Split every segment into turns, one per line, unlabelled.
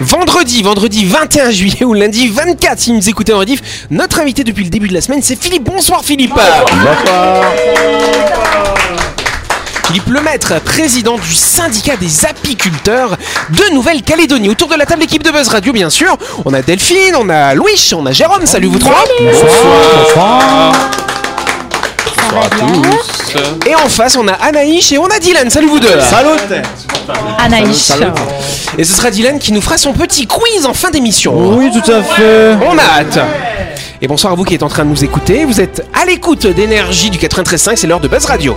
vendredi, vendredi 21 juillet ou lundi 24 si vous nous écoutez en rediff. Notre invité depuis le début de la semaine, c'est Philippe. Bonsoir Philippe. Philippe Lemaître, président du syndicat des apiculteurs de Nouvelle-Calédonie. Autour de la table, l'équipe de Buzz Radio, bien sûr. On a Delphine, on a Louis, on a Jérôme. Salut vous trois.
Bonsoir à tous.
Et en face, on a Anaïs et on a Dylan. Salut vous deux.
Salut
Anaïs.
Et ce sera Dylan qui nous fera son petit quiz en fin d'émission.
Oui, tout à fait.
On a hâte. Et bonsoir à vous qui êtes en train de nous écouter. Vous êtes à l'écoute d'énergie du 93.5, c'est l'heure de Buzz Radio.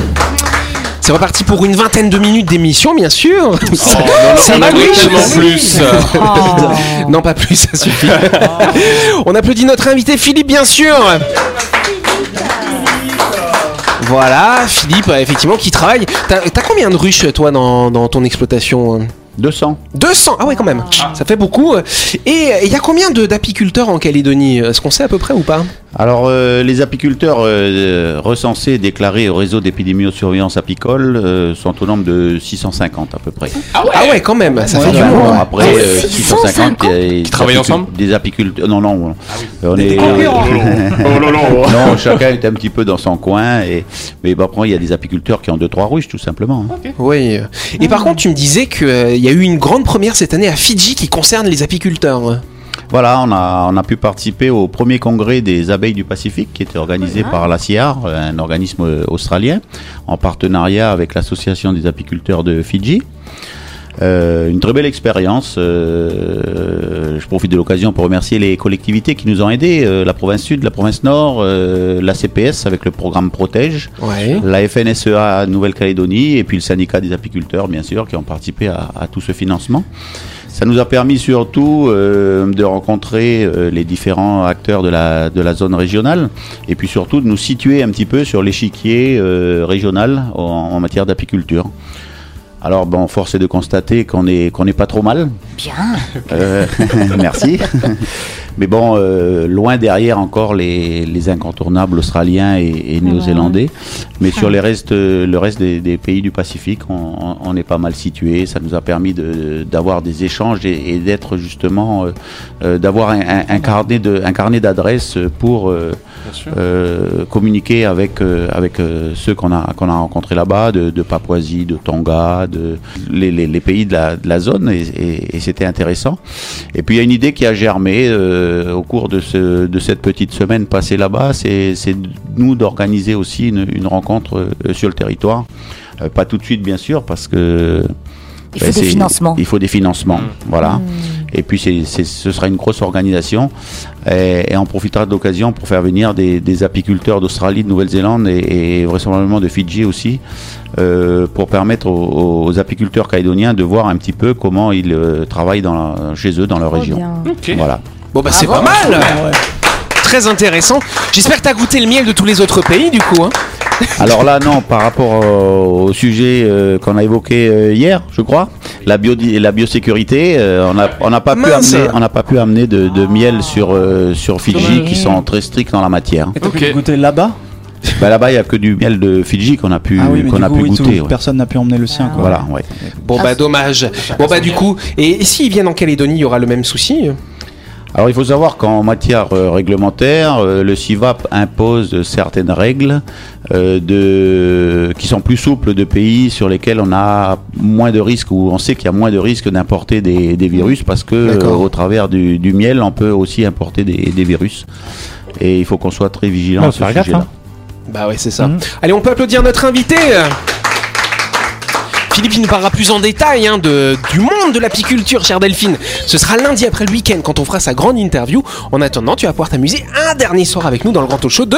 C'est reparti pour une vingtaine de minutes d'émission, bien sûr. Ça- Ah, ça va, Louis
plus. euh,
Non, pas plus, ça suffit. On applaudit notre invité Philippe, bien sûr. Voilà, Philippe, euh, effectivement, qui travaille. T'as t'as combien de ruches, toi, dans, dans ton exploitation hein
200.
200 Ah ouais, quand même. Ça fait beaucoup. Et il y a combien de- d'apiculteurs en Calédonie Est-ce qu'on sait à peu près ou pas
Alors, euh, les apiculteurs euh, recensés et déclarés au réseau d'épidémiosurveillance apicole euh, sont au nombre de 650 à peu près.
ah ouais. quand même. Ça fait du
Bon,
monde. Ah,
après, euh, 650
Qui travaillent ensemble Ah
Des apiculteurs. Non, non. on- Euh, On est.
Oh
non, chacun est un petit peu dans son coin. Et... Mais bah, après, il y a des apiculteurs qui ont 2-3 ruches, tout simplement. hein.
Oui. Et par contre, tu me disais qu'il y a eu une grande première cette année à Fidji qui concerne les apiculteurs.
Voilà, on a, on a pu participer au premier congrès des abeilles du Pacifique qui était organisé par la CIAR, un organisme euh, australien, en partenariat avec l'association des apiculteurs de Fidji. Euh, une très belle expérience. euh, je profite de l'occasion pour remercier les collectivités qui nous ont aidés, euh, la province sud, la province nord, euh, la CPS avec le programme Protège,
Ouais.
la FNSEA E Nouvelle-Calédonie et puis le syndicat des apiculteurs, bien sûr, qui ont participé à, à tout ce financement. Ça nous a permis surtout euh, de rencontrer euh, les différents acteurs de la, de la zone régionale et puis surtout de nous situer un petit peu sur l'échiquier euh, régional en, en matière d'apiculture. Alors, bon, force est de constater qu'on n'est qu'on est pas trop mal. Bien. merci. Mais bon, euh, loin derrière encore les, les incontournables australiens et, et néo-zélandais. Mais sur les restes, euh, le reste des, des pays du Pacifique, on- on, on est pas mal situé. Ça nous a permis de- d'avoir des échanges et, et d'être justement, euh, euh, d'avoir un, un- un carnet de- un carnet d'adresses pour euh, euh, communiquer avec, euh, avec euh, ceux qu'on a, qu'on a rencontrés là-bas, de, de Papouasie, de Tonga, de les, les- les pays de la, de la zone, et, et- et c'était intéressant. Et puis il y a une idée qui a germé euh, au cours de, ce, de cette petite semaine passée là-bas, c'est c'est nous d'organiser aussi une, une rencontre euh, sur le territoire. Euh, pas tout de suite, bien sûr, parce que. ben,
Il faut des
c'est-
financements. Mmh.
Il faut des financements, voilà. Et puis c'est c'est- ce sera une grosse organisation. Et, et on profitera de l'occasion pour faire venir des, des apiculteurs d'Australie, de Nouvelle-Zélande et, et vraisemblablement de Fidji aussi, euh, pour permettre aux, aux apiculteurs calédoniens de voir un petit peu comment ils euh, travaillent dans la- chez eux, dans
Oh,
leur région. Voilà.
Bon bah c'est pas mal. Très intéressant. J'espère que t'as goûté le miel de tous les autres pays du coup. hein.
Alors là, non, par rapport au, au sujet euh, qu'on a évoqué euh, hier, je crois, la, bio, la biosécurité, euh, on n'a on n'a pas, pu
Mince.
amener- on n'a pas pu amener de, de
Ah.
miel sur, euh, sur Fidji,
Dommage.
qui sont très stricts dans la matière.
Et t'as
Ok.
pu goûter là-bas
Bah, Là-bas, il n'y a que du miel de Fidji qu'on a pu,
Ah oui, mais
qu'on
du
a
coup,
pu
oui, tout-
goûter. ouais. Ah.
personne n'a pu emmener le sien. Quoi.
Voilà, ouais.
Bon bah dommage. Bon bah du coup, et, et s'ils viennent en Calédonie, il y aura le même souci.
Alors il faut savoir qu'en matière euh, réglementaire, euh, le CIVAP impose certaines règles euh, de... qui sont plus souples de pays sur lesquels on a moins de risques ou on sait qu'il y a moins de risques d'importer des, des virus parce que euh,
D'accord.
au travers du, du miel, on peut aussi importer des, des virus. Et il faut qu'on soit très vigilant
Ouais,
à ce
faire gaffe,
sujet-là.
hein.
Bah ouais, c'est ça.
Mhm.
Allez, on peut applaudir notre invité. Philippe, il nous parlera plus en détail hein, de, du monde de l'apiculture, chère Delphine. Ce sera lundi après le week-end quand on fera sa grande interview. En attendant, tu vas pouvoir t'amuser un dernier soir avec nous dans le grand talk show de...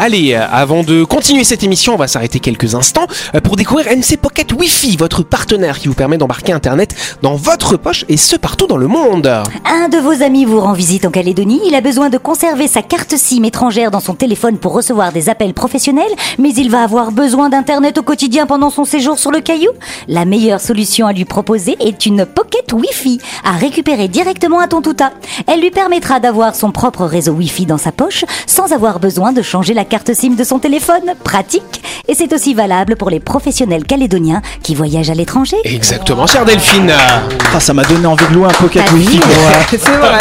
Allez, euh, avant de continuer cette émission, on va s'arrêter quelques instants euh, pour découvrir MC Pocket Wi-Fi, votre partenaire qui vous permet d'embarquer Internet dans votre poche et ce partout dans le monde.
Un de vos amis vous rend visite en Calédonie. Il a besoin de conserver sa carte SIM étrangère dans son téléphone pour recevoir des appels professionnels, mais il va avoir besoin d'Internet au quotidien pendant son séjour sur le caillou. La meilleure solution à lui proposer est une pocket Wi-Fi à récupérer directement à Tontouta. Elle lui permettra d'avoir son propre réseau Wi-Fi dans sa poche sans avoir besoin de changer la carte SIM de son téléphone. Pratique Et c'est aussi valable pour les professionnels calédoniens qui voyagent à l'étranger.
Exactement, chère Delphine.
Ah, ça m'a donné envie de louer un pocket wifi.
C'est vrai.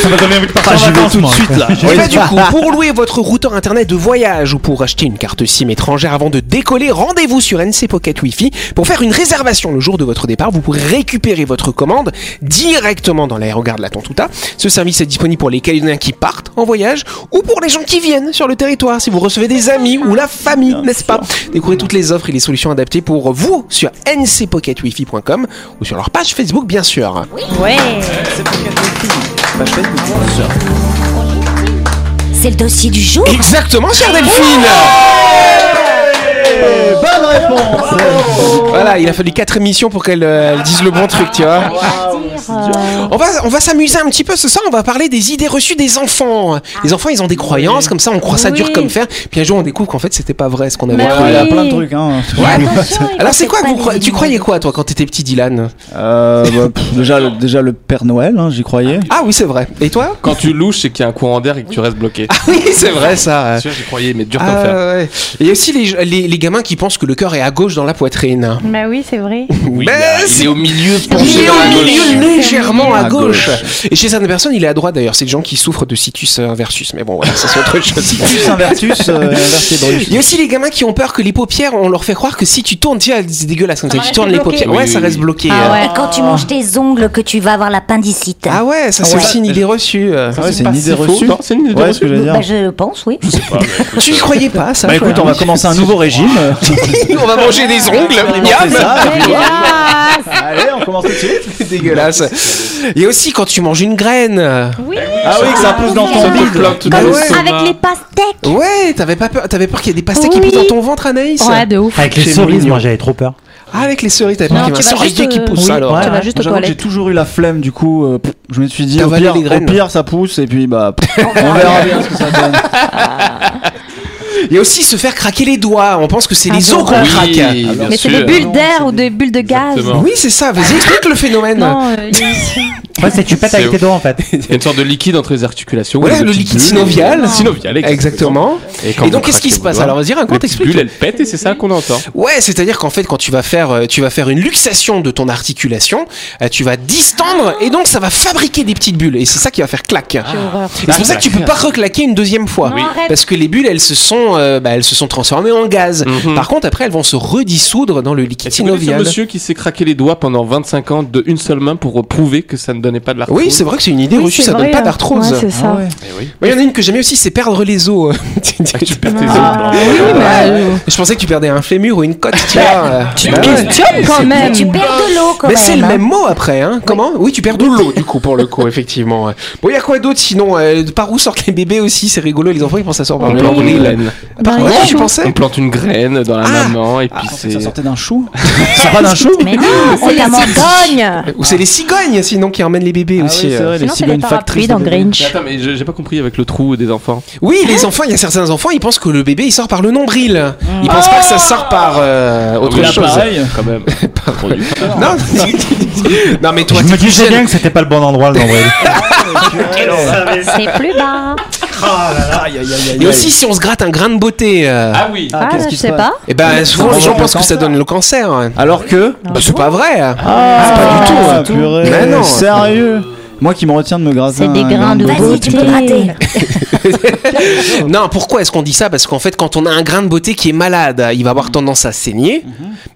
Ça m'a donné envie de partir
j'y
en
vais
vacances,
tout de
moi.
suite, là.
Et bah, du coup, pour louer votre routeur internet de voyage ou pour acheter une carte SIM étrangère avant de décoller, rendez-vous sur NC Pocket Wi-Fi pour faire une réservation le jour de votre départ. Vous pourrez récupérer votre commande directement dans l'aérogare de la Tontouta. Ce service est disponible pour les Calédoniens qui partent en voyage ou pour les gens qui viennent sur le territoire si vous recevez des amis ou la famille, n'est-ce pas Découvrez toutes les offres et les solutions adaptées pour vous sur ncpocketwifi.com ou sur leur page Facebook bien sûr.
C'est le dossier du jour
Exactement, chère Delphine
Ah,
Bonne réponse
Voilà, il a fallu quatre émissions pour qu'elle euh, elle dise le bon truc, tu vois.
Euh,
On va, on va s'amuser un petit peu ce soir, on va parler des idées reçues des enfants. Les enfants, ils ont des croyances, comme ça on croit ça dur
Oui.
comme fer, puis un jour on découvre qu'en fait c'était pas vrai ce qu'on avait
Mais Ah,
cru.
Ah, Il y a
Oui.
plein de trucs, hein.
Alors c'est quoi, que vous croyez- tu croyais quoi toi quand t'étais petit Dylan
Euh, bah, pff, déjà, le- déjà le Père Noël, hein, j'y croyais.
Ah oui c'est vrai. Et toi
Quand tu louches, c'est qu'il y a un courant d'air et que tu restes bloqué.
Oui c'est vrai ça.
Sûr, j'y croyais, mais dur comme
Ah,
fer.
ouais. Et il y a aussi les, les, les gamins qui pensent que le cœur est à gauche dans la poitrine.
Bah oui, c'est vrai.
Oui,
Ben,
il, est- il
c'est-
est au milieu,
Il
penché
est
dans
au
le
milieu
gauche.
légèrement à
À gauche.
gauche. Et chez certaines personnes, il est à droite d'ailleurs. C'est des gens qui souffrent de situs euh, inversus. Mais bon, voilà, ça c'est autre chose.
Plus un vertus, euh, inversé
Il y a aussi les gamins qui ont peur que les paupières, on leur fait croire que si tu tournes, tiens, c'est dégueulasse comme ça,
Ça va
tu
rester
tournes les
bloqué.
paupières.
Oui,
Ouais,
oui,
ça
oui.
reste bloqué.
Ah
euh.
ouais.
Et quand tu manges tes ongles que tu vas avoir l'appendicite.
Ah ouais, ça c'est
Ouais.
aussi une idée reçue. euh.
Ah ouais, c'est une idée
faux.
reçue.
Non, c'est une idée
Ouais, ce que je veux
Bah,
dire.
je pense, oui.
Tu y croyais pas, ça
Bah écoute, on va commencer un nouveau régime.
on va manger des ongles, miam.
Ah,
Allez, on commence tout de suite.
C'est dégueulasse. Il y a aussi quand tu manges une graine.
Oui.
Ah oui, que ça pousse dans ton
te
bide.
plante
Ah
dans le
ouais.
soma.
Avec les pastèques.
Ouais, t'avais pas peur, t'avais peur qu'il y ait des pastèques qui
Oui.
poussent dans ton ventre, Anaïs
Ouais, de ouf.
Avec les
C'est
cerises,
mignon.
moi j'avais trop peur.
Ah, avec les cerises, t'avais peur
Non,
qu'il y ait un
tu vas
cerisier
juste,
qui
euh,
pousse
oui.
alors.
Ouais. Tu vas juste aux
j'avoue que
toilettes.
J'ai toujours eu la flemme, du coup, euh, pff, je me suis dit, au
T'avales
pire,
les graines.
au pire, ça pousse, et puis bah, pff, on verra bien ce que ça donne.
Il y a aussi se faire craquer les doigts. On pense que c'est
Ah
les
bon
os qu'on craque.
Oui, bien
Mais c'est
sûr.
des bulles d'air ou des bulles de gaz.
Exactement.
Oui, c'est ça. Vas-y, explique le phénomène.
Non, euh, il-
Ouais, c'est tu pètes
C'est
avec
ouf.
tes doigts en fait.
Il y a une sorte de liquide entre les articulations.
Ouais,
et des
le
petites
liquide
bulles.
synovial.
Synovial,
Exactement.
quand
Et
vous
donc, qu'est-ce qui
craquez
se
vos
passe
doigts,
Alors, vas-y,
Les
raconte,
petites
explique.
bulles, elles pètent et c'est ça qu'on entend.
Ouais, c'est-à-dire qu'en fait, quand tu vas faire, euh, tu vas faire une luxation de ton articulation, euh, tu vas distendre et donc ça va fabriquer des petites bulles. Et c'est ça qui va faire claque.
Ah.
Et
horreur.
c'est pour ça que tu peux pas reclaquer une deuxième fois,
Non, arrête.
parce que les bulles, elles se sont, euh, bah, elles se sont transformées en gaz.
Mhm.
Par contre, après, elles vont se redissoudre dans le liquide
Est-ce que vous connaissez
synovial.
ce monsieur qui s'est craqué les doigts pendant 25 ans de une seule main pour prouver que ça ne donnait pas de l'arthrose
Oui, c'est vrai que c'est une idée
Oui,
reçue,
c'est
ça donne
vrai,
pas
hein.
d'arthrose.
Ouais, c'est ça.
Eh oui.
Moi, Bah, Il y en a une que j'aimais aussi, c'est perdre les os. bah,
Ah, tu perds tes os.
Ah, oui, mais euh,
Je pensais que tu perdais un flémur ou une côte, tu vois.
tu
Bah
te
ouais.
questionnes quand même.
Mais tu perds de l'eau quand
Mais
même.
c'est le
hein.
même mot après, hein Comment Oui, tu perds de l'eau du coup pour le coup, effectivement. Bon, il y a quoi d'autre sinon euh, Par où sortent les bébés aussi C'est rigolo, les enfants ils pensent à sortir par
On
le
plante une
nombril.
graine.
Par
Bah,
quoi
ouais.
tu
On
pensais
plante une graine dans la
Ah.
maman et puis c'est.
Ça sortait d'un chou Ça va d'un chou
Mais non,
Oh,
c'est un
Cogne
Ou c'est les cigognes sinon qui emmènent les bébés
Ah oui,
aussi.
c'est
euh.
vrai, les
Sinon, c'est
cigognes
les parapluies
factrices
dans
de bébés.
Mais
Grinch.
attends, mais je- j'ai pas compris avec le trou des enfants.
Oui, les enfants, il y a certains enfants, ils pensent que le bébé il sort par le nombril. Ils pensent pas que ça sort par euh, autre
Oui,
Là,
chose.
pareil.
Quand même.
Non, non mais toi,
je me
t'es
disais
jeune.
bien que c'était pas le bon endroit le nombril.
C'est plus
Ah,
bas.
Aïe, aïe, aïe,
Et
aïe.
aussi si on se gratte un grain de beauté, euh,
Ah oui.
Ah,
Ah,
qu'est-ce
je
qui se
sais
passe
pas.
et ben souvent les gens
Le
pensent que ça
cancer.
donne le cancer.
Alors que
Bah, c'est pas vrai.
Ah,
pas du tout,
ah,
hein.
purée.
Mais non.
Sérieux Moi qui me retiens de me gratter.
C'est des
Ah,
un
grains de
grain
Vas-y, tu peux
beauté.
gratter.
Non, pourquoi est-ce qu'on dit ça Parce qu'en fait, quand on a un grain de beauté qui est malade, il va avoir tendance à saigner.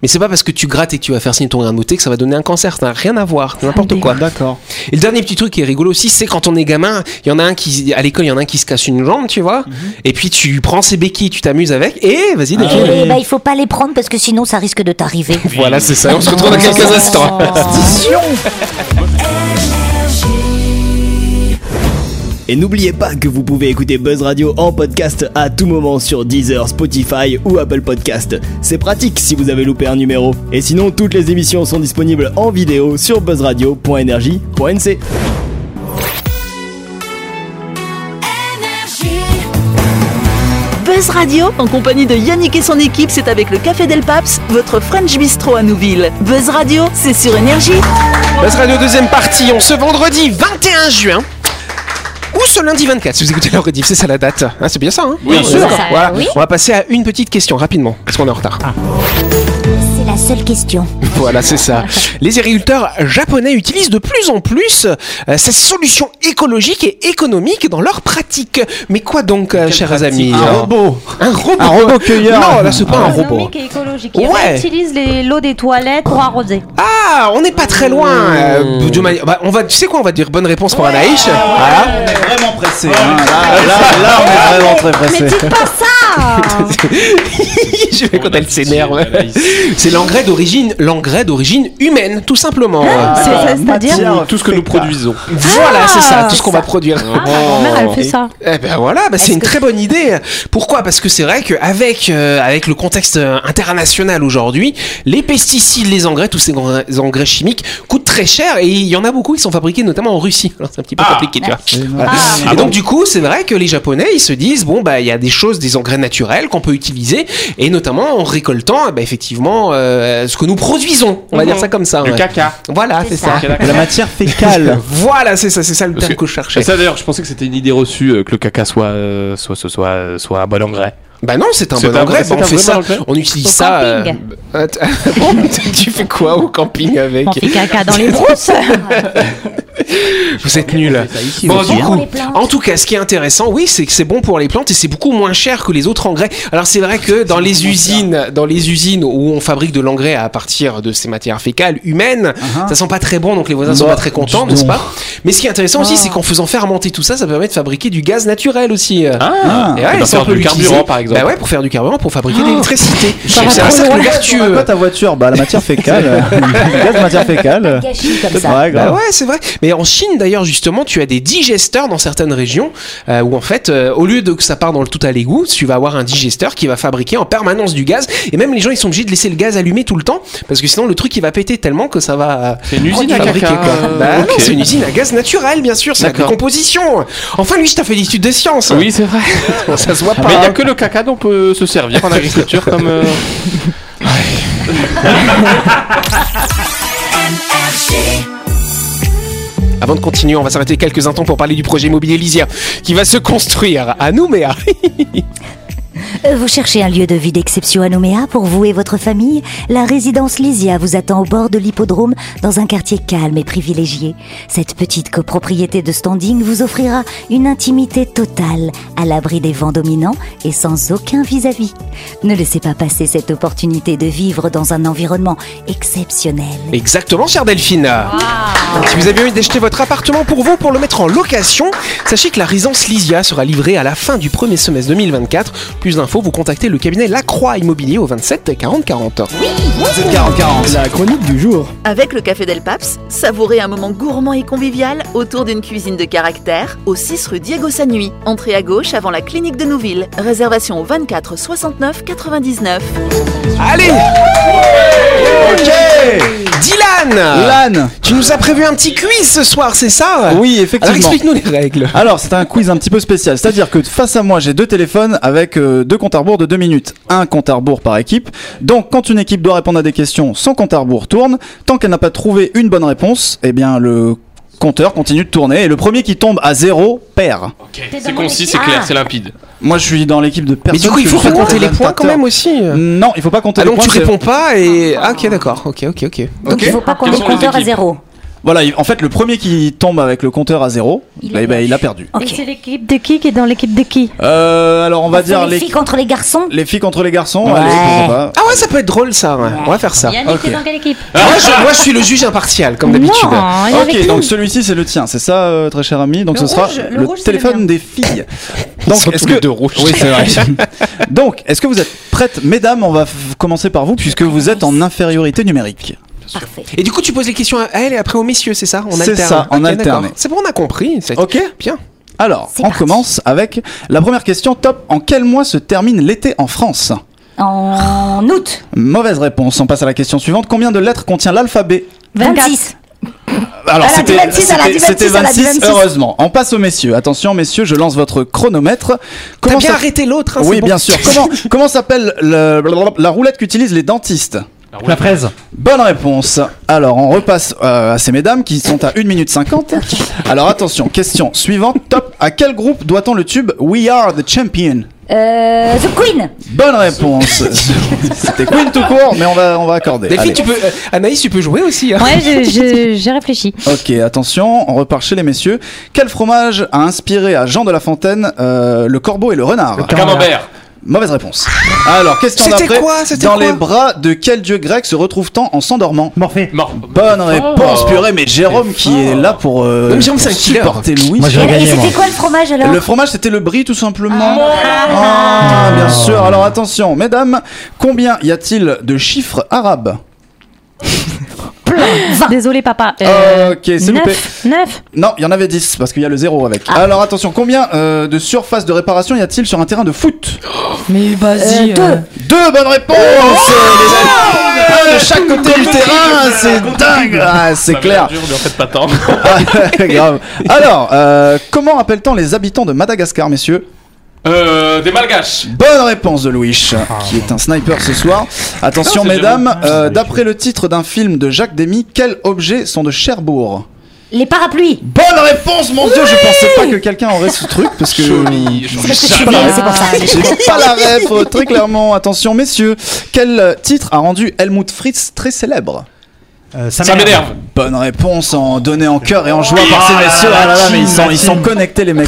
Mais c'est pas parce que tu grattes et que tu vas faire saigner ton grain de beauté que ça va donner un cancer. Ça n'a rien à voir, c'est
Ah,
n'importe quoi.
D'accord.
Et le dernier petit truc qui est rigolo aussi, c'est quand on est gamin, il y en a un qui, à l'école, il y en a un qui se casse une jambe, tu vois. Et puis tu prends ses béquilles, tu t'amuses avec. Et vas-y,
Ah
Delphine.
ouais.
Eh ben, il faut pas les prendre parce que sinon ça risque de t'arriver.
Voilà, c'est ça. On se retrouve dans quelques
Oh.
instants.
Attention
Et n'oubliez pas que vous pouvez écouter Buzz Radio en podcast à tout moment sur Deezer, Spotify ou Apple Podcast. C'est pratique si vous avez loupé un numéro. Et sinon, toutes les émissions sont disponibles en vidéo sur buzzradio.energie.nc.
Buzz Radio, en compagnie de Yannick et son équipe, c'est avec le Café Del Paps, votre French Bistro à Nouville. Buzz Radio, c'est sur Énergie.
Buzz Radio deuxième partie, on se vendredi 21 juin. Ou ce lundi 24, si vous écoutez la rediff, c'est ça la date. Hein, c'est bien ça, hein
Oui,
sûr. Ça,
Voilà.
oui.
On va passer à une petite question rapidement, parce qu'on est en retard.
C'est la seule question.
Voilà, c'est ça. Les agriculteurs japonais utilisent de plus en plus euh, ces solutions écologiques et économiques dans leurs pratiques. Mais quoi donc, euh, chers amis
Un robot
Un robot
Un robot cueilleur Ah.
Non, là, c'est pas un robot.
Économique et écologique.
Ils Ouais.
utilise l'eau des toilettes pour arroser.
Ah, on n'est pas très loin. euh, de
Hmm.
mani- bah, on va, tu sais quoi, on va dire bonne réponse pour Anaïs. Voilà.
On est vraiment pressé. hein. Là, là, là, on est vraiment très pressé.
pas ça
Je vais quand elle s'énerve.
Anaïs.
C'est l'engrais d'origine, l'engrais d'origine humaine, tout simplement.
Ah.
C'est-à-dire
Tout ce que nous produisons.
Voilà, c'est ça, tout ce qu'on
ça.
va produire.
Ah, ma grand-mère, elle fait ça.
Eh ben voilà, bah, c'est une très bonne idée. Pourquoi Parce que c'est vrai qu'avec euh, avec le contexte euh, international aujourd'hui, les pesticides, les engrais, tous ces engrais, engrais chimiques coûtent très cher et il y en a beaucoup qui sont fabriqués notamment en Russie. Alors c'est un petit peu compliqué, tu vois.
Ah.
Et
Ah
donc du coup, c'est vrai que les Japonais, ils se disent bon bah il y a des choses, des engrais naturels qu'on peut utiliser et notamment en récoltant eh ben, effectivement euh, ce que nous produisons. On va
Mmh.
dire ça comme ça.
Le
ouais.
caca.
Voilà, c'est
C'est
ça.
ça.
Ah. La matière fécale.
Voilà, c'est ça, c'est ça le
Parce
terme
que-
que je cherchais.
Et ça d'ailleurs, je pensais que c'était une idée reçue euh, que le caca soit euh, soit soit soit, euh, soit un bon engrais.
Bah non, c'est un
C'est
bon
un
engrais,
vrai-
bah,
c'est
on
un
fait
vrai
ça,
bon engrais.
on utilise
Au
ça.
camping.
euh, att- bon, tu fais quoi au camping avec
On fait caca Ah, dans les brousses.
Vous êtes nuls. Bon, du
Pour
coup,
les plantes.
en tout cas, ce qui est intéressant, oui, c'est que c'est bon pour les plantes et c'est beaucoup moins cher que les autres engrais. Alors c'est vrai que dans les usines, dans les usines où on fabrique de l'engrais à partir de ces matières fécales humaines,
Uh-huh.
ça sent pas très bon, donc les voisins sont
Bah,
pas très contents,
dis
n'est-ce
donc.
pas Mais ce qui est intéressant aussi, c'est qu'en faisant fermenter tout ça, ça permet de fabriquer du gaz naturel aussi.
Ah,
Et ouais,
pour
ça, on
faire
peut
du
l'utiliser.
carburant par exemple. Ah.
Bah ouais, pour faire du carburant, pour fabriquer de l'électricité.
va
C'est un
trop
cercle
loin.
Ah,
vertueux.
Quoi ta voiture Bah la matière fécale. euh, Gaz matière fécale.
Gâchis comme ça.
Bah
Ouais, grave.
ouais, c'est vrai. Mais en Chine, d'ailleurs, justement, tu as des digesteurs dans certaines régions euh, où, en fait, euh, au lieu de que ça part dans le tout à l'égout, tu vas avoir un digesteur qui va fabriquer en permanence du gaz. Et même les gens, ils sont obligés de laisser le gaz allumé tout le temps parce que sinon, le truc, il va péter tellement que ça va. euh,
C'est une usine à
fabriquer,
caca.
quoi.
euh,
Bah non,
ok.
c'est une usine à gaz naturel, bien sûr, c'est la
D'accord.
décomposition. Enfin, lui, je t'ai fait l'étude des sciences.
Oui, c'est vrai.
ça se voit pas.
Mais il n'y a que le caca dont on peut se servir en agriculture comme. euh,
Avant de continuer, on va s'arrêter quelques instants pour parler du projet immobilier Lisière qui va se construire à Nouméa.
Euh, Vous cherchez un lieu de vie d'exception à Nouméa pour vous et votre famille La résidence Lysia vous attend au bord de l'hippodrome dans un quartier calme et privilégié. Cette petite copropriété de standing vous offrira une intimité totale, à l'abri des vents dominants et sans aucun vis-à-vis. Ne laissez pas passer cette opportunité de vivre dans un environnement exceptionnel.
Exactement, chère Delphine. Si vous avez envie d'acheter votre appartement pour vous pour le mettre en location, sachez que la résidence Lysia sera livrée à la fin du premier semestre 2024. Plus d'infos, vous contactez le cabinet Lacroix Immobilier au 27 40 40.
C'est 40-40.
La chronique du jour.
Avec le Café Del Paps, savourez un moment gourmand et convivial autour d'une cuisine de caractère au 6 rue Diego Sanui. Entrée à gauche avant la clinique de Nouville. Réservation au 24 69 99.
Allez Ok Dylan
Lan
Tu nous as prévu un petit quiz ce soir, c'est ça
Oui,
Alors
effectivement.
explique-nous les règles.
Alors, c'est un quiz un petit peu spécial. C'est-à-dire que face à moi, j'ai deux téléphones avec euh, deux comptes à rebours de deux minutes. Un compte à rebours par équipe. Donc, quand une équipe doit répondre à des questions, son compte à rebours tourne. Tant qu'elle n'a pas trouvé une bonne réponse, eh bien, le compteur continue de tourner. Et le premier qui tombe à zéro perd.
C'est concis, c'est
Ah.
clair, c'est limpide.
Moi, je suis dans l'équipe de personnes.
Mais du coup, il
que
faut
je fais
raconter les points quand même
commentateur.
aussi.
Non, il faut pas compter
Ah
les
donc
points.
tu
c'est-
réponds pas et... Ah ok d'accord, ok ok ok.
Donc il ne faut pas qu'on
Quelles
le
sont les
compteur à
équipes
zéro.
Voilà, il- en fait, le premier qui tombe avec le compteur à zéro, eh
Il
ben,
est
il, a perdu.
Ok.
Et c'est l'équipe de qui qui est dans l'équipe de qui
Euh, alors, on va
Bah, Faut
dire
les
les,
filles contre les garçons
les filles contre les garçons.
Ouais.
allez, pourquoi pas.
Ah ouais ça peut être drôle ça, ouais. on va faire ça.
Yannick
ok.
est dans quelle équipe
Moi je, moi, je suis le juge impartial comme d'habitude.
Non, Ah, il est avec
Ok,
nous.
donc celui-ci c'est le tien, c'est ça, euh, très cher ami. Donc
Le
ce sera
rouge-
le,
le rouge, c'est le
téléphone
mien.
des filles.
Ils sont
Donc est-ce
tous les
que
deux rouges.
oui c'est vrai. donc est-ce que vous êtes prêtes, mesdames On va f- commencer par vous puisque vous êtes en infériorité numérique.
Parfait.
Et du coup, tu poses les questions à elle et après aux messieurs, c'est ça On
C'est
alterne.
ça, en
Ok,
alterne.
d'accord. C'est bon, on a compris. c'est-
Ok.
Bien.
Alors,
C'est
on
parti.
commence avec la première question. Top, en quel mois se termine l'été en France
En août,
Mauvaise réponse. On passe à la question suivante. Combien de lettres contient l'alphabet
26.
Alors,
Elle a dit
c'était
26, elle a
c'était-
dit
c'était
26, elle a dit
26,
26.
heureusement. On passe aux messieurs. Attention, messieurs, je lance votre chronomètre.
T'as
Comment
bien
ça-
arrêté l'autre, hein,
Oui,
c'est bon.
bien sûr. Comment, comment s'appelle le- la roulette qu'utilisent les dentistes
La fraise.
Bonne réponse. Alors, on repasse euh, à ces mesdames qui sont à 1 minute 50. Alors, attention, question suivante. Top. À quel groupe doit-on le tube We Are the Champion
Euh, The Queen.
Bonne réponse. C'était Queen tout court, mais on va, on va accorder.
Delphine,
Allez.
tu peux, euh, Anaïs, tu peux jouer aussi. hein.
Ouais, je- je- j'ai réfléchi.
Ok, attention, on repart chez les messieurs. Quel fromage a inspiré à Jean de La Fontaine euh, le corbeau et le renard
Camembert.
Mauvaise réponse. Alors, question
C'était
d'après.
quoi C'était
Dans
quoi
les bras de quel dieu grec se retrouve-t-on en s'endormant
Morphée.
Mort.
Bonne réponse,
Oh.
purée, mais Jérôme qui est là pour, euh,
Même Jérôme,
pour
c'est un hein. killer.
supporter Louis.
Moi, je vais
Et,
gagner,
et
moi.
c'était quoi le fromage alors
Le fromage, c'était le brie, tout simplement. Ah, bien sûr. Alors, attention, mesdames, combien y a-t-il de chiffres arabes
Désolé, papa. Euh,
Ok, c'est loupé.
9, 9.
Non, il y en avait 10, parce qu'il y a le zéro avec. Alors, attention, combien euh, de surfaces de réparation y a-t-il sur un terrain de foot
Mais vas-y.
Euh, deux.
Deux bonnes réponses
Oh,
les amis. Un de chaque côté du terrain,
euh,
c'est dingue
Bah,
Ah, C'est
Ça avait l'air
clair
dur, Bah, mais en fait, pas tant.
Ah, Grave. Alors, euh, comment appelle-t-on les habitants de Madagascar, messieurs
Euh, des malgaches.
Bonne réponse de Louis, qui est un sniper ce soir. Attention,
Non, c'est
mesdames,
Jérôme.
euh, d'après le titre d'un film de Jacques Demy, quels objets sont de Cherbourg
Les parapluis.
Bonne réponse, mon dieu, je pensais pas que quelqu'un aurait ce truc, parce que...
Joli.
C'est parce que
J'ai
je suis
pas la
Eh,
bien,
ref.
c'est pour ça.
J'ai pas la ref, très clairement. Attention, messieurs, quel euh, titre a rendu Helmut Fritz très célèbre
Euh,
Ça m'énerve.
Bonne réponse en donnée en cœur et en joie par ces
Ah,
messieurs. Ah là là, mais ils sont,
team,
ils sont
team.
connectés, les mecs.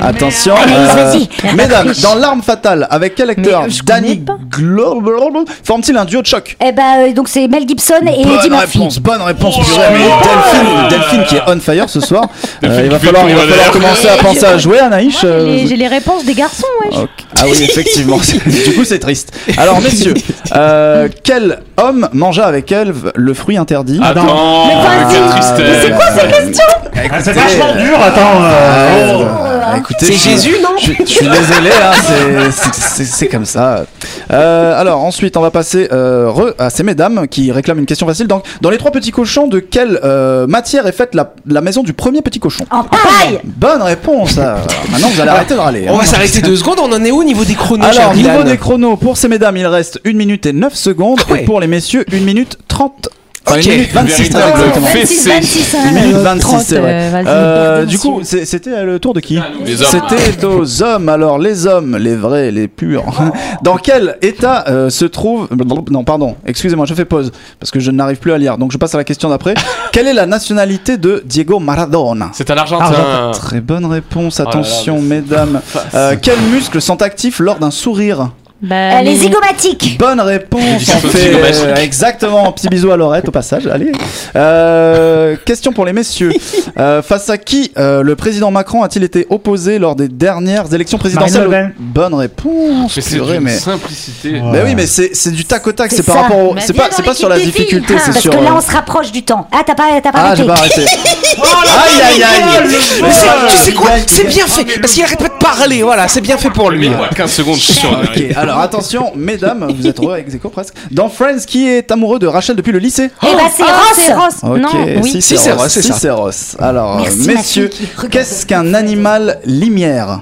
Attention.
Allez,
euh,
vas-y.
mesdames, dans L'Arme Fatale, avec quel acteur
Mais je
Danny
connais pas.
Glover forme-t-il un duo de choc
Eh bah, euh, donc c'est Mel Gibson et Eddie
Bonne
Murphy.
réponse, bonne réponse. purée, mais Delphine, Delphine qui est on fire ce soir. Euh, il va
qui fait
falloir, il va
tourner.
falloir commencer à penser à jouer, Anaïs.
Moi, j'ai
euh,
les- j'ai les réponses des garçons, wesh.
Ok. Ah oui, effectivement. du coup, c'est triste. Alors, messieurs, euh, quel homme mangea avec elle le fruit interdit
Bah, Attends.
vas-y.
quelle
Mais
tristesse.
Ah, c'est quoi ces questions
Ah, c'est vachement dur, attends.
Ah,
euh, oh.
Ah, Écoutez,
C'est
je-
Jésus, non
Je, je suis désolé, hein, c'est- c'est- c'est c'est comme ça. Euh, alors ensuite, on va passer euh, re- à ces mesdames qui réclament une question facile. Donc, dans les trois petits cochons, de quelle euh, matière est faite la, la maison du premier petit cochon
En paille.
Bonne réponse. euh, Maintenant, vous allez arrêter de râler.
On
hein.
va s'arrêter deux secondes, on en est où au niveau des chronos cher
Alors, niveau
Dylan
des chronos, pour ces mesdames, il reste 1 minute et 9 secondes.
Ah ouais.
Et pour les messieurs, 1 minute 30. Enfin,
Ok.
1 minute 26,
Véritable
très exactement.
fée.
26, 26. hein.
1 minute 26,
30,
c'est vrai.
euh, vas-y.
Euh,
Bien
du
sûr.
coup, c'est- c'était le tour de qui
Ah, Les hommes.
C'était aux hommes. Alors, les hommes, les vrais, les purs. Dans quel état euh, se trouve. Non, pardon, excusez-moi, je fais pause parce que je n'arrive plus à lire. Donc, je passe à la question d'après. Quelle est la nationalité de Diego Maradona
C'est un argentin.
Très bonne réponse,
Ah. Oh là là,
attention
mais-
mesdames. Euh, quels muscles sont actifs lors d'un sourire
Bah,
Euh, Les
les-
zygomatiques.
Bonne réponse,
Les
on fait
zygomatiques.
euh, exactement. Petit bisou à Laurette au passage. Allez. Euh, question pour les messieurs. Euh, face à qui euh, le président Macron a-t-il été opposé lors des dernières élections présidentielles
Marine Le Pen.
Bonne réponse.
Mais c'est
purée,
d'une
mais.
simplicité.
Oh.
Ouais.
Mais oui, mais c'est c'est du tac au tac.
C'est
C'est par
ça.
rapport. au-
Bah,
C'est
viens
pas
dans
c'est pas sur la
l'équipe des
difficulté,
Ah,
c'est
parce
sur.
que là,
euh,
on se rapproche du temps. Ah, t'as pas, t'as pas
Ah, j'ai
arrêté.
pas arrêté. Aïe aïe aïe.
Mais c'est- tu sais quoi C'est bien fait parce qu'il arrête pas de parler. Voilà, c'est bien fait pour lui.
Mais ouais, 15 secondes, je suis sûr.
Ok, alors attention, mesdames, vous êtes heureux avec Zeko presque. Dans Friends, qui est amoureux de Rachel depuis le lycée
Eh bah, c'est
Oh, c'est
Ross.
Ross. Non, oui.
Si, c'est Ross, c'est ça.
Cicéros. Alors,
Merci, ma
messieurs,
fille qui regarde.
qu'est-ce qu'un animal limière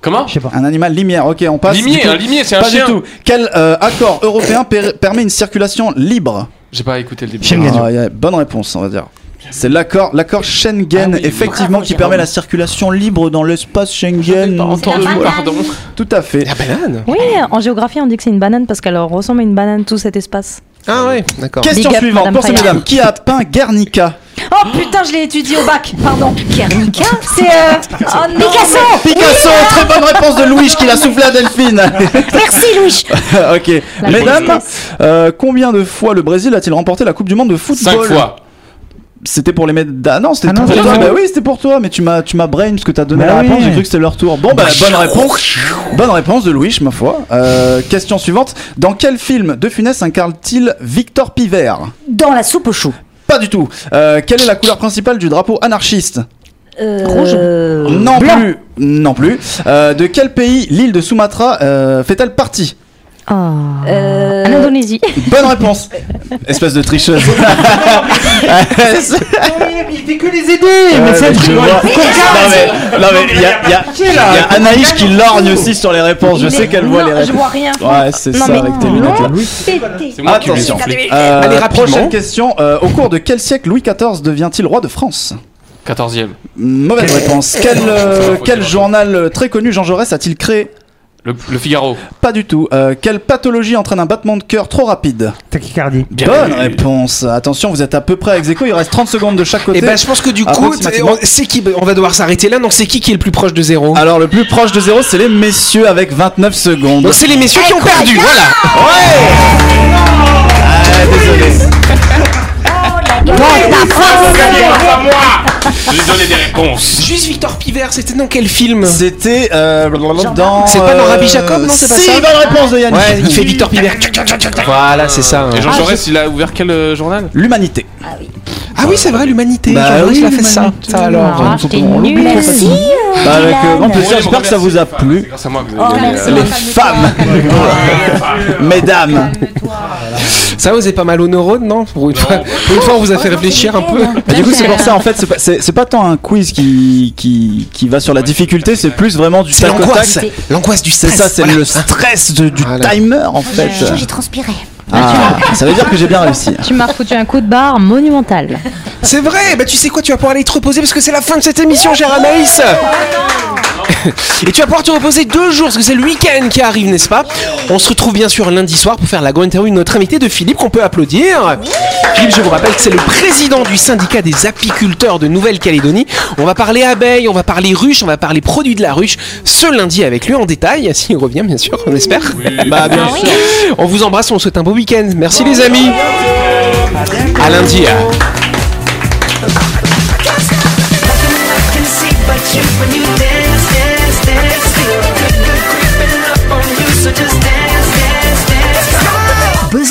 Comment
Je sais pas.
Un animal limière, ok, on passe. du
Limier,
coup-
un limier, c'est un
Pas du
chien.
tout. Quel euh, accord européen per- permet une circulation libre
J'ai pas écouté le début.
Schengen.
Ah, ouais, Bonne réponse, on va dire. C'est l'accord, l'accord Schengen,
Ah
effectivement,
Bravo,
qui
Jérôme.
permet la circulation libre dans l'espace Schengen.
entendu,
Voilà.
pardon.
Tout à fait.
La banane.
Oui, en géographie, on dit que c'est une banane parce qu'elle ressemble à une banane tout cet espace.
Ah ouais, d'accord.
Question
Big up,
suivante
Madame
pour ces
Fayard.
mesdames. Qui a peint Guernica
Oh putain, je l'ai étudié au bac. Pardon.
Guernica.
C'est euh... oh, non.
Picasso.
Picasso, très bonne réponse de Louis qui l'a soufflé à Delphine.
Merci, Louis.
ok.
La
Mesdames,
tristesse.
euh, combien de fois le Brésil a-t-il remporté la Coupe du Monde de football
5 fois.
C'était pour les médailles. Ah non, c'était
Ah non,
pour
c'est
toi.
pour
Bah
moi.
oui, c'était pour toi, mais tu m'as, tu m'as brain parce que t'as donné
Bah
la
oui.
réponse. J'ai cru que c'était leur tour. Bon, bah bonne réponse. Bonne réponse de Louis, ma foi. Euh, question suivante. Dans quel film De Funès incarne-t-il Victor Piver
Dans la soupe aux choux.
Pas du tout. Euh, quelle est la couleur principale du drapeau anarchiste
Euh,
Non
blanc.
plus, non plus. Euh, de quel pays l'île de Sumatra euh, fait-elle partie
Oh.
Euh,
En Indonésie.
Bonne réponse. Espèce de tricheuse.
Il fait que les aider, mais c'est un truc.
Je vois. Non, mais- non, mais il y a, il y a-
Chier, là.
il y a Anaïs qui lorgne aussi sur les réponses. Je
Mais
sais qu'elle voit
non,
les réponses.
Je vois rien.
Ouais, c'est
Non,
ça
mais-
avec tes lunettes. là.
C'est moi qui lui
Attention.
enflé.
Euh,
Allez, rapidement.
prochaine question. Euh, au cours de quel siècle Louis XIV devient-il roi de France
14e.
Mauvaise réponse. Quel, euh,
Faut
quel
dire.
journal euh, très connu Jean Jaurès a-t-il créé
Le, le Figaro.
Pas du tout. Euh, quelle pathologie entraîne un battement de cœur trop rapide
Tachycardie.
Bien
Bonne
vu.
réponse. Attention, vous êtes à peu près à ex aequo. Il reste 30 secondes de chaque côté.
Et ben, je pense que du coup,
Approximativement.
on- c'est qui On va devoir s'arrêter là. Non, c'est qui qui est le plus proche de zéro
Alors, le plus proche de zéro, c'est les messieurs avec 29 secondes.
Donc c'est les messieurs qui ont perdu. Voilà.
Ah, désolé.
Je lui donner des réponses.
Juste Victor Piver, c'était dans quel film
C'était euh, dans.
C'est pas dans
euh,
Rabbi Jacob, non, c'est pas
si,
ça
bonne réponse de Yannick.
Ouais, il fait Victor Piver.
Ah,
Voilà, c'est ça. hein.
Et Jean
Ah,
Jaurès, il a ouvert quel euh, journal
L'humanité.
Ah oui, c'est vrai, l'humanité.
Bah
Jean Jaurès,
oui,
il a fait ça.
l'humanité.
Ça alors.
Ah, j'étais nulle.
Merci. euh,
Bah, avec euh, grand
Dylan.
plaisir, j'espère que ça vous a
C'est
plu.
grâce à moi que vous
Oh,
avez
Ah,
gagné,
merci.
euh,
Les femmes, mesdames.
euh, Ça vous est pas mal aux neurones, non Pour une fois, pour une fois, on vous a fait réfléchir un peu.
Bah, du coup, c'est pour ça, en fait, c'est pas, c'est- c'est pas tant un quiz qui, qui, qui va sur la difficulté, c'est plus vraiment du
C'est
tac au
l'angoisse.
tac.
L'angoisse du
C'est
stress.
ça, c'est
Voilà.
le stress de- du
Voilà.
timer, en fait.
Je- J'ai transpiré.
Ah, ça veut dire que j'ai bien réussi.
Tu m'as foutu un coup de barre monumental.
C'est vrai. Bah tu sais quoi, tu vas pouvoir aller te reposer parce que c'est la fin de cette émission, cher Anaïs. Et tu vas pouvoir te reposer deux jours parce que c'est le week-end qui arrive, n'est-ce pas On se retrouve bien sûr lundi soir pour faire la grande interview de notre invité de Philippe qu'on peut applaudir. Philippe, je vous rappelle que c'est le président du syndicat des apiculteurs de Nouvelle-Calédonie. On va parler abeilles, on va parler ruches, on va parler produits de la ruche ce lundi avec lui en détail, s'il revient bien sûr, on espère.
Bah, bien sûr.
On vous embrasse, on vous souhaite un beau week-end. Merci les amis. À lundi. hein.
Buzz